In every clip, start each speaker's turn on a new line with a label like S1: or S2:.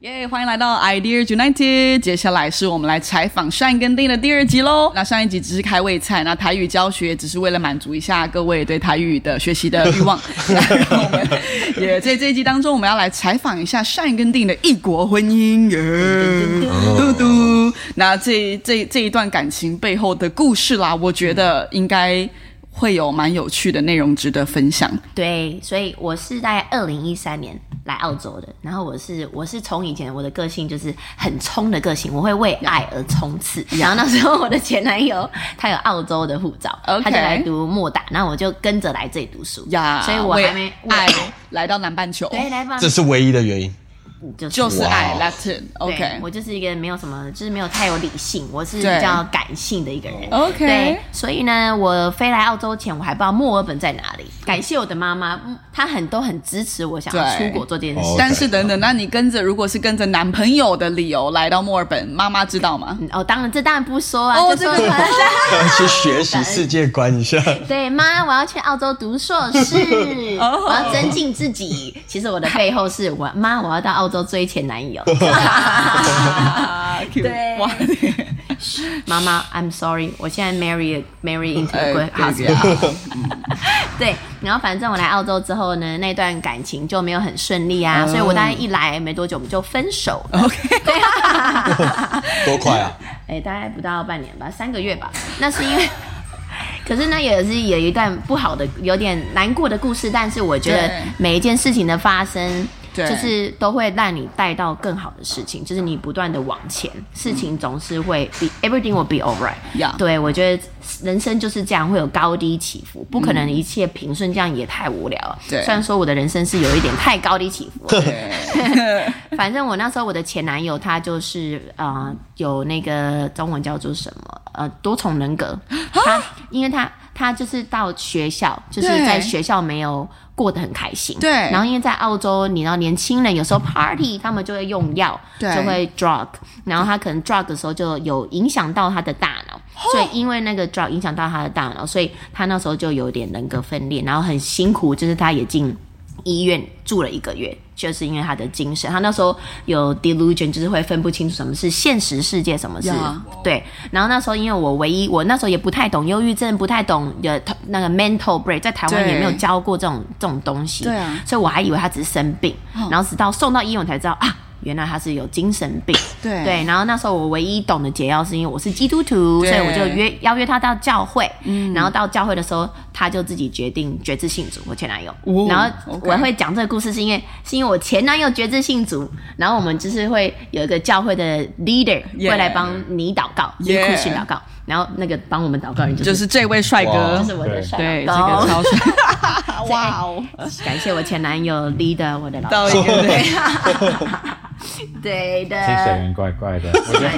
S1: 耶欢迎来到 Idea United。接下来是我们来采访善跟定的第二集喽。那上一集只是开胃菜，那台语教学只是为了满足一下各位对台语的学习的欲望。那我们也在这一集当中，我们要来采访一下善跟定的异国婚姻。耶嘟嘟，那这这这一段感情背后的故事啦，我觉得应该会有蛮有趣的内容值得分享。
S2: 对，所以我是在二零一三年来澳洲的，然后我是我是从以前我的个性就是很冲的个性，我会为爱而冲刺。然后那时候我的前男友他有澳洲的护照
S1: OK
S2: 他就来读莫大，然后我就跟着来这里读书
S1: 呀，
S2: 所以我
S1: 为
S2: 还没
S1: 爱
S2: 我
S1: 来到南半球，
S2: 对来吧，
S3: 这是唯一的原因。
S2: 就是
S1: 就是
S3: 哇
S1: 爱
S3: 哦
S1: Latin。
S2: 对
S1: OK，
S2: 我就是一个没有什么，就是没有太有理性，我是比
S1: 对
S2: 较感性的一个人。
S1: OK
S2: 对，所以呢，我飞来澳洲前，我还不知道墨尔本在哪里。感谢我的妈妈，嗯她很都很支持我想要
S1: 对
S2: 出国做这件
S3: 哦
S2: 事。
S1: 但是等等，那你跟着如果是跟着男朋友的理由来到墨尔本，妈妈知道吗？
S2: 嗯哦，当然这当然不说啊，
S1: 哦
S2: 就说
S1: 这 个
S3: 去学习世界观一下，
S2: 对妈，我要去澳洲读硕士，
S1: 哦
S2: 我要增进自己。其实我的背后是我妈，我要到澳洲追前男 友。
S1: 啊 cute
S2: 对
S1: 哇，
S2: 妈妈，I'm sorry，我现在 marry marry into a
S1: 哎
S2: good
S1: 对
S2: husband。
S1: 对
S2: 对，然后反正我来澳洲之后呢，那段感情就没有很顺利啊，
S1: 哦
S2: 所以我大概一来没多久我们就分手了。
S1: ，OK，
S2: 对啊，
S3: 多快啊！
S2: 哎、大概不到半年吧，三个月吧。那是因为，可是呢也是有一段不好的、有点难过的故事，但是我觉得
S1: 对
S2: 每一件事情的发生。
S1: 对
S2: 就是都会让你带到更好的事情，就是你不断的往前，事情总是会 be everything will be alright。
S1: 呀，
S2: 对，我觉得人生就是这样，会有高低起伏，不可能一切平顺，这样也太无聊了。
S1: 嗯对，
S2: 虽然说我的人生是有一点太高低起伏了
S1: 对，
S2: 反正我那时候我的前男友他就是呃有那个中文叫做什么呃多重人格，
S1: 啊
S2: 他因为他他就是到学校就是
S1: 对
S2: 在学校没有过得很开心，
S1: 对
S2: 然后因为在澳洲你知道年轻人有时候 party 他们就会用药，
S1: 对
S2: 就会 drug，然后他可能 drug 的时候就有影响到他的大脑。
S1: 哦
S2: 所以因为那个 drug 影响到他的大脑，所以他那时候就有点人格分裂，然后很辛苦，就是他也进医院住了一个月，就是因为他的精神，他那时候有 delusion，就是会分不清楚什么是现实世界，什么是
S1: Yeah
S2: 对。然后那时候因为我唯一，我那时候也不太懂忧郁症，不太懂呃那个 mental break，在台湾
S1: 对
S2: 也没有教过这种这种东西，
S1: 对啊嗯
S2: 所以我还以为他只是生病，然后直到送到医院我才知道啊。原来他是有精神病，
S1: 对
S2: 对，然后那时候我唯一懂的解药是因为我是基督徒，
S1: 对嗯
S2: 所以我就约邀约他到教会，然后到教会的时候，他就自己决定觉知信主，我前男友。
S1: 哦
S2: 然后
S1: OK
S2: 我会讲这个故事是因为是因为我前男友觉知信主，然后我们就是会有一个教会的 leader
S1: Yeah
S2: 会来帮你祷告，你
S1: Yeah
S2: 哭训祷告，然后那个帮我们祷告人
S1: 就是这位帅哥
S3: 哇
S2: 就，是我的帅
S1: 对，这
S2: 老公
S1: 个超帅，哇
S2: 哦！感谢我前男友 leader 我的老
S1: 到
S2: 公，
S1: 一 个对，
S2: 对的，
S4: 听起来有点怪怪的，我觉得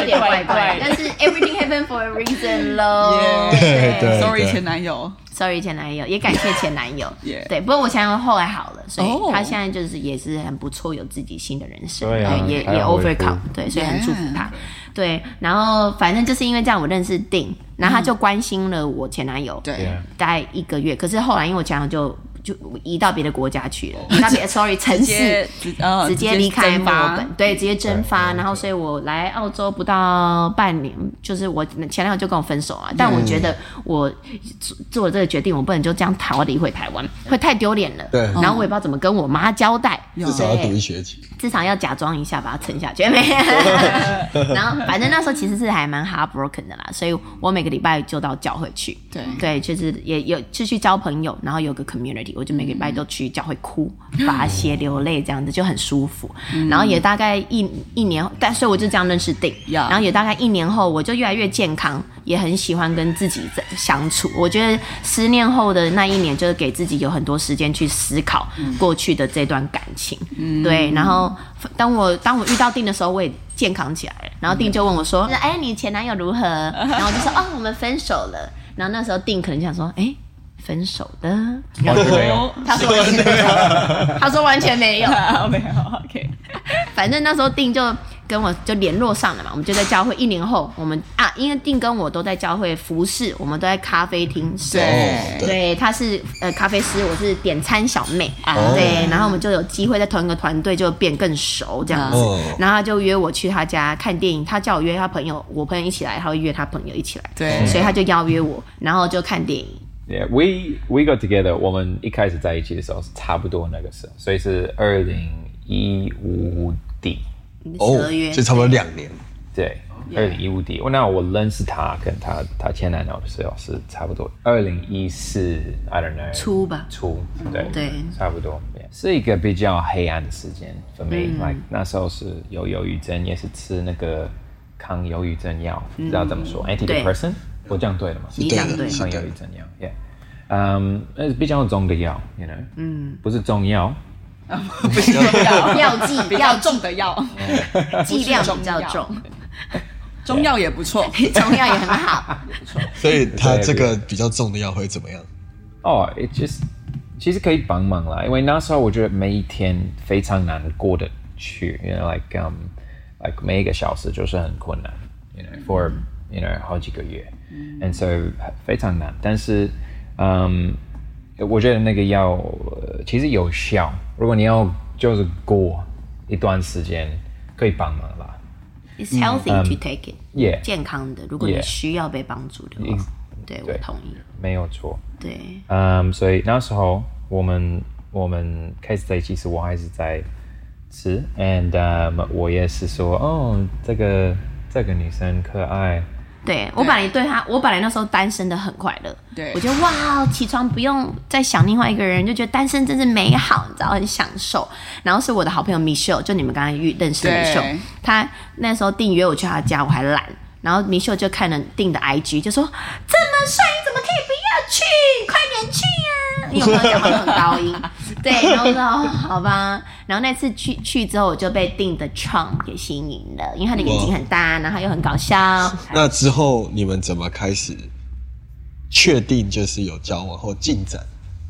S2: 有点怪
S1: 怪
S2: 怪
S1: 怪的
S2: 的，但是 everything happen for a reason 喽。
S1: Yeah
S3: 对
S1: Sorry，
S3: 对
S1: 前男友，
S2: sorry 前男友，也感谢前男友
S1: Yeah。
S2: 对，不过我前男友后来好了，所
S1: 哦
S2: 以他现在就是也是很不错，有自己新的人生，
S4: 对啊
S2: 也
S4: 还
S2: 也
S4: 好恢
S2: overcome，
S4: 复
S2: 对，所以很祝福他。对，然后反正就是因为这样，我认识定，然后他就关心了我前男友，
S1: 对
S4: Yeah
S2: 大概一个月。可是后来因为我前男友就就移到别的国家去了，移到别的 sorry 城
S1: 哦 直
S2: 市
S1: 接。直呃
S2: 直接离开
S1: 蒸
S2: 墨
S1: 发
S2: 尔本，对，直接蒸发。然后，所以我来澳洲不到半年，就是我前男友就跟我分手啊。但我觉得我做做了这个决定，我不能就这样逃离回台湾，会太丢脸了。
S3: 对
S2: 然后我也不知道怎么跟我妈交代，
S1: 有
S3: 至少要读一学期。
S2: 至少要假装一下，把它撑下去。 没有，然后反正那时候其实是还蛮 heartbroken 的啦，所以我每个礼拜就到教会去。
S1: 对
S2: 对，就是也有就去交朋友，然后有个 community，我就每个礼拜都去教会哭、发泄、流泪这样子，就很舒服。
S1: 嗯
S2: 然后也大概一一年，但所以我就这样认识定。
S1: Yeah
S2: 然后也大概一年后，我就越来越健康，也很喜欢跟自己在相处。我觉得十年后的那一年，就是给自己有很多时间去思考过去的这段感情。对。然后当我当我遇到定的时候，我也健康起来了。然后定就问我说：“哎，你前男友 如何？”然后我就说：“哦，我们分手了。”然后那时候定可能想说：“哎，分手的？” 然后
S4: 完全没
S1: 哦
S4: 有。
S2: 他说 完全没有，他说完全没有。
S1: 啊没有，OK，
S2: 反正那时候定就跟我就联络上了嘛，我们就在教会一年后，我们啊，因为定跟我都在教会服侍，我们都在咖啡厅侍
S1: 对
S3: 哦，对，
S2: 对，他是呃咖啡师，我是点餐小妹啊
S3: 哦
S2: 对，然后我们就有机会在同一个团队就变更熟这样子，
S3: 哦
S2: 然后他就约我去他家看电影，他叫我约他朋友，我朋友一起来，他会约他朋友一起来，
S3: 嗯
S1: 对
S2: 所以他就邀约我，然后就看电影，
S4: Yeah, we we got together. 我们一开始在一起的时候是差不多那个时候，所以是二零一五底，
S2: 合约，
S3: 哦所以差不多两年。
S4: 对，二零一五底。Oh，那我认识他跟他他前男友的时候是差不多二零一四，I don't know
S2: 出吧
S4: 出对
S2: 对
S4: 差不多 yeah 是一个比较黑暗的时间 for me、like 那时候是有忧郁症，也是吃那个抗忧郁症药，不知道怎么说 antidepressant，我这样对了吗？
S2: 你讲
S3: 对的
S2: 对，
S3: 是
S4: 抗忧郁症药，yeah，嗯，那是比较重的药，you know，嗯，不是中药。
S1: 不是中药，
S2: 药剂
S1: 比较重的药，
S2: 剂量比较
S1: 不是
S2: 重，
S1: 中药也不 错。
S2: 中药也很好，
S3: 所以他
S4: 对
S3: 这个比较重的药会怎么样？
S4: 哦、i t just 其实可以帮忙啦，因为那时候我觉得每一天非常难过的去，you know like um like 每一个小时就是很困难，you know for you know 好几个月、a n d so 非常难，但是嗯我觉得那个药呃其实有效，如果你要就是过一段时间可以帮忙啦
S2: It's healthy
S3: 嗯
S2: to take it，、
S4: ，yeah
S2: 健康的。如果你
S4: Yeah
S2: 需要被帮助的话
S4: Ex-
S2: 对我
S4: 对
S2: 同意。
S4: 没有错。
S2: 对，
S4: 嗯，所以那时候我们我们开始在一起时，我还是在吃，and、um, 我也是说，哦，这个这个女生可爱，
S2: 对我本来对他，我本来那时候单身的很快乐，
S1: 对
S2: 我觉得哇，起床不用再想另外一个人，就觉得单身真是美好，你知道，很享受。然后是我的好朋友 Michelle，就你们刚才遇认识的
S1: 对
S2: Michelle，她那时候订约我去她家，我还懒。然后 Michelle 就看了定的 IG，就说：“这么帅，你怎么可以不要去？快点去啊！”因为我朋友讲话都很 高音，对，然后我说：“哦，好吧。”然后那次去去之后，我就被定的 Trump 给吸引了，因为他的眼睛很大，然后又很搞笑，
S3: 那之后你们怎么开始确定就是有交往或进展？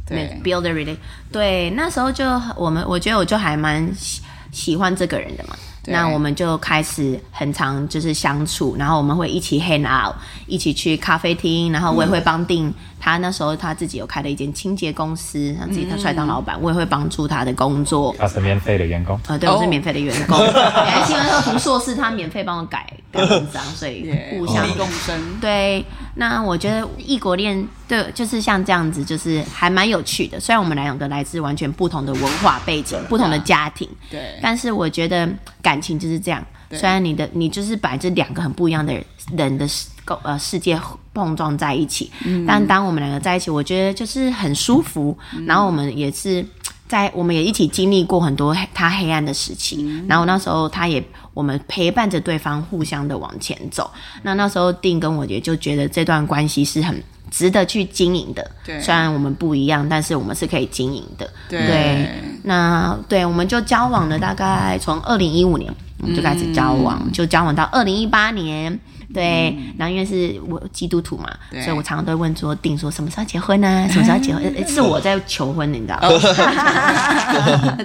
S1: 对
S2: build a rela 对，那时候就我们，我觉得我就还蛮喜喜欢这个人的嘛。
S1: 对
S2: 那我们就开始很常就是相处，然后我们会一起 hang out，一起去咖啡厅，然后我也会帮定、他那时候他自己有开了一间清洁公司，他自己他出来当老板，我也会帮助他的工作。
S4: 她是免费的员工。
S2: 呃，对，
S1: 嗯哦
S2: 我是免费的员 工。哎新闻说读硕士，他免费帮我改改文章，所以
S1: 耶
S2: 互相
S1: 互利共生。
S2: 对，那我觉得异国恋对，就是像这样子，就是还蛮有趣的。虽然我们两个来自完全不同的文化背景、不同的家庭，
S1: 对
S2: 但是我觉得感情就是这样。
S1: 对
S2: 虽然你的你就是把这两个很不一样的人人的世呃世界碰撞在一起，但当我们两个在一起，我觉得就是很舒服。
S1: 嗯
S2: 然后我们也是在我们也一起经历过很多黑他黑暗的时期，
S1: 嗯
S2: 然后那时候他也我们陪伴着对方互相的往前走。那那时候定跟我也就觉得这段关系是很。值得去经营的，
S1: 对
S2: 虽然我们不一样，但是我们是可以经营的，对那对，我们就交往了，大概从二零一五年我们就开始交往，
S1: 嗯
S2: 就交往到二零一八年。对，然后因为是我基督徒嘛，
S1: 对
S2: 所以我常常都会问说，定说什么时候结 婚呢？什么时候结婚？呃是我在求婚，你知道吗？
S1: 哦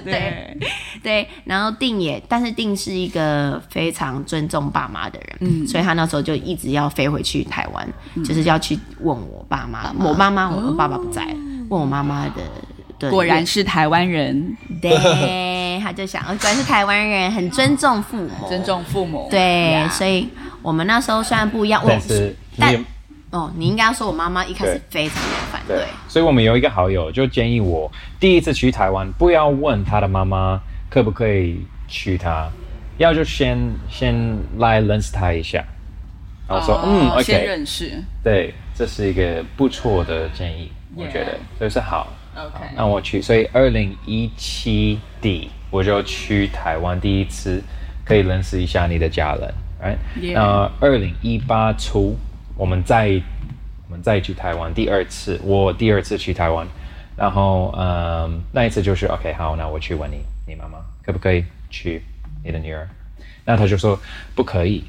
S2: 对
S1: 对
S2: 对，然后定也，但是定是一个非常尊重爸妈的人，
S1: 嗯
S2: 所以他那时候就一直要飞回去台湾，就是要去问我爸妈，我妈妈，我爸爸不在，问我妈妈的。的
S1: 哦果
S2: 愿
S1: 然是台湾人，
S2: 对，他就想，哦果然是台湾人，很尊重父母，
S1: 尊。重父母。
S2: 对
S1: Yeah
S2: 所以我们那时候虽然不一样，我
S4: 但是
S3: 你
S2: 但
S3: 也
S2: 哦，你应该要说我妈妈一开始非常的反对，
S4: 所以我们有一个好友就建议我，第一次去台湾不要问他的妈妈可不可以娶她，要就先先来认识她一下。然后说，
S1: 哦
S4: 嗯，OK，
S1: 先认识。
S4: 对，这是一个不错的建议
S1: Yeah
S4: 我觉得就是好。
S1: OK
S4: 那我去，所以二零一七底我就去台湾第一次，可以认识一下你的家人，right？
S1: Yeah
S4: 那二零一八初我们再我们再去台湾第二次，我第二次去台湾，然后嗯，那一次就是 OK，好，那我去问你，你妈妈可不可以娶你的女儿？那他就说不可以，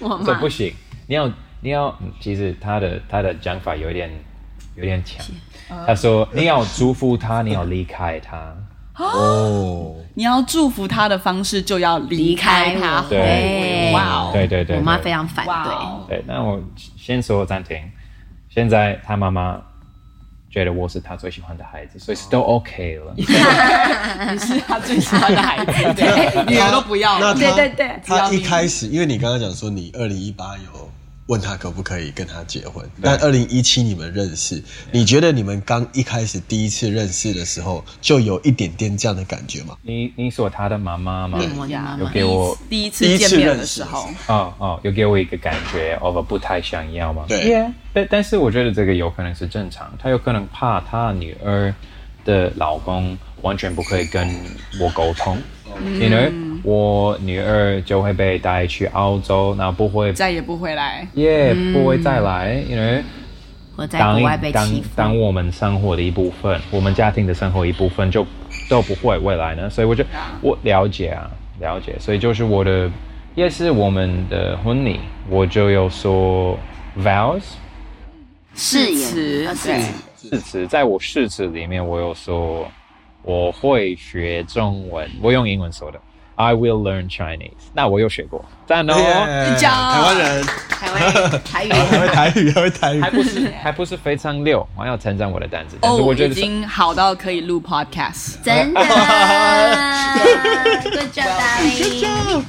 S2: 我
S4: 这
S2: 妈
S4: 不行，你要你要，嗯其实他的他的讲法有点有点强。他说你要祝福他，你要离开他，
S3: 哦，
S1: 你要祝福他的方式就要离开他。
S4: 对
S2: 对，
S1: 哇哦
S4: 对对对
S2: 哎我妈
S4: 对
S2: 非常反对。
S1: 哦，
S4: 对，那我先说暂停。现在他妈妈觉得我是他最喜欢的孩子，所以是都 OK 了。
S1: 你是他最喜欢的孩子，对，女啊儿都不要了
S3: 那他。
S2: 对对对
S3: 他一开始，因为你刚刚讲说你二零一八有问他可不可以跟他结婚，但二零一七你们认识，你觉得你们刚一开始第一次认识的时候，就有一点点这样的感觉吗？
S4: 你你说他的妈妈吗？
S2: 我的妈
S4: 有
S2: 妈
S4: 给我
S1: 第一次见面的时候
S3: 第一次认识的时候，
S4: 哦哦，有给我一个感觉，我不太想要嘛。
S3: 对
S4: Yeah，但但是我觉得这个有可能是正常，他有可能怕他女儿的老公完全不可以跟我沟通，因为、我女儿就会被带去澳洲，那不会，
S1: 再也不回来。
S4: 耶、不会再来，因为。
S2: 我在
S4: 当
S2: 国
S4: 一
S2: 外被欺负，
S4: 当当我们生活的一部分，我们家庭的生活一部分就都不会未来呢，所以我就我了解啊，了解，所以就是我的也是我们的婚礼，我就有说 vows
S2: 誓
S1: 誓词
S2: 言，呃誓
S1: 对
S2: 言
S4: 誓词，在我誓词里面我有说我会学中文，我用英文说的，I will learn Chinese，那我有学过，赞哦。
S3: 耶
S1: 骄傲
S3: 台湾人
S2: 台湾台 语，
S3: 还会台语，还会台语
S4: 还。不是还不是非常溜，我还要称赞我的单词。但
S1: 哦，
S4: 是我
S1: 我
S4: 觉
S1: 已
S4: 得
S1: 经好到可以录 podcast。
S2: 真的 ，Good job, darling。
S3: 就这样，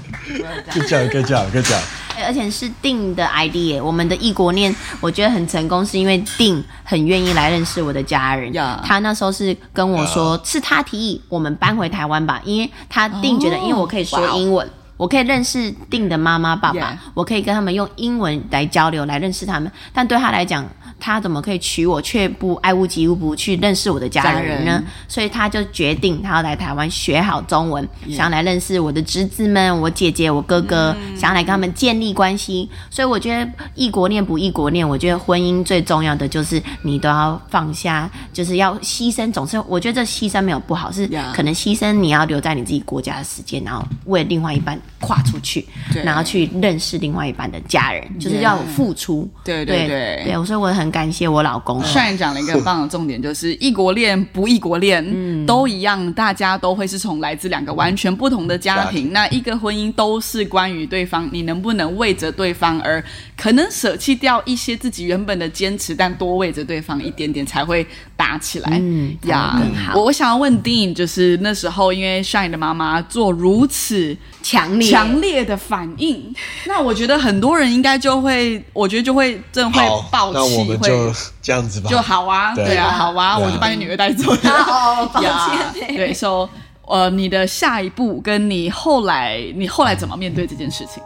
S3: 就这样，就这样。
S2: 而且是定的 ID 耶，我们的异国恋，我觉得很成功，是因为定很愿意来认识我的家人。
S1: Yeah
S2: 他那时候是跟我说是他提议我们搬回台湾吧，因为他定觉得
S1: 哦
S2: 因为我可以说
S1: 哇哦
S2: 英文。我可以认识定的妈妈、爸爸
S1: Yeah
S2: 我可以跟他们用英文来交流，来认识他们。但对他来讲，他怎么可以娶我却不爱屋及乌不去认识我的家人
S1: 家
S2: 呢
S1: 人？
S2: 所以他就决定他要来台湾学好中文
S1: 嗯
S2: 想要来认识我的侄子们、我姐姐、我哥哥，
S1: 嗯
S2: 想要来跟他们建立关系。所以我觉得异国恋不异国恋，我觉得婚姻最重要的就是你都要放下，就是要牺牲。总是我觉得这牺牲没有不好，是
S1: Yeah
S2: 可能牺牲你要留在你自己国家的时间，然后为另外一半跨出去
S1: 对，
S2: 然后去认识另外一半的家人，就是要有付出。
S1: 对对
S2: 对
S1: 对
S2: 对，所以我很感谢我老公。
S1: 上讲了一个很棒的重点，就是异国恋不异国恋、都一样，大家都会是从来自两个完全不同的家
S3: 家
S1: 庭。那一个婚姻都是关于对方，你能不能为着对方而可能舍弃掉一些自己原本的坚持，但多为着对方一点点才会打起来。
S2: 嗯
S1: 呀
S2: 才会更好
S1: 我我想要问 Dean，就是那时候因为 Shine 的妈妈做如此
S2: 强烈，
S1: 强烈的反应，那我觉得很多人应该就会，我觉得就会真的会
S3: 好，
S1: 爆
S3: 那我
S1: 气，
S3: 们
S1: 会
S3: 就这样子吧。
S1: 就好啊，
S3: 对
S1: 对啊，好啊，
S3: 对啊
S1: 我就把你女儿带 走了。
S2: 哦，抱
S1: 呀
S2: 歉。
S1: 对，说、so, 呃，你的下一步跟你后来，你后来怎么面对这件事情？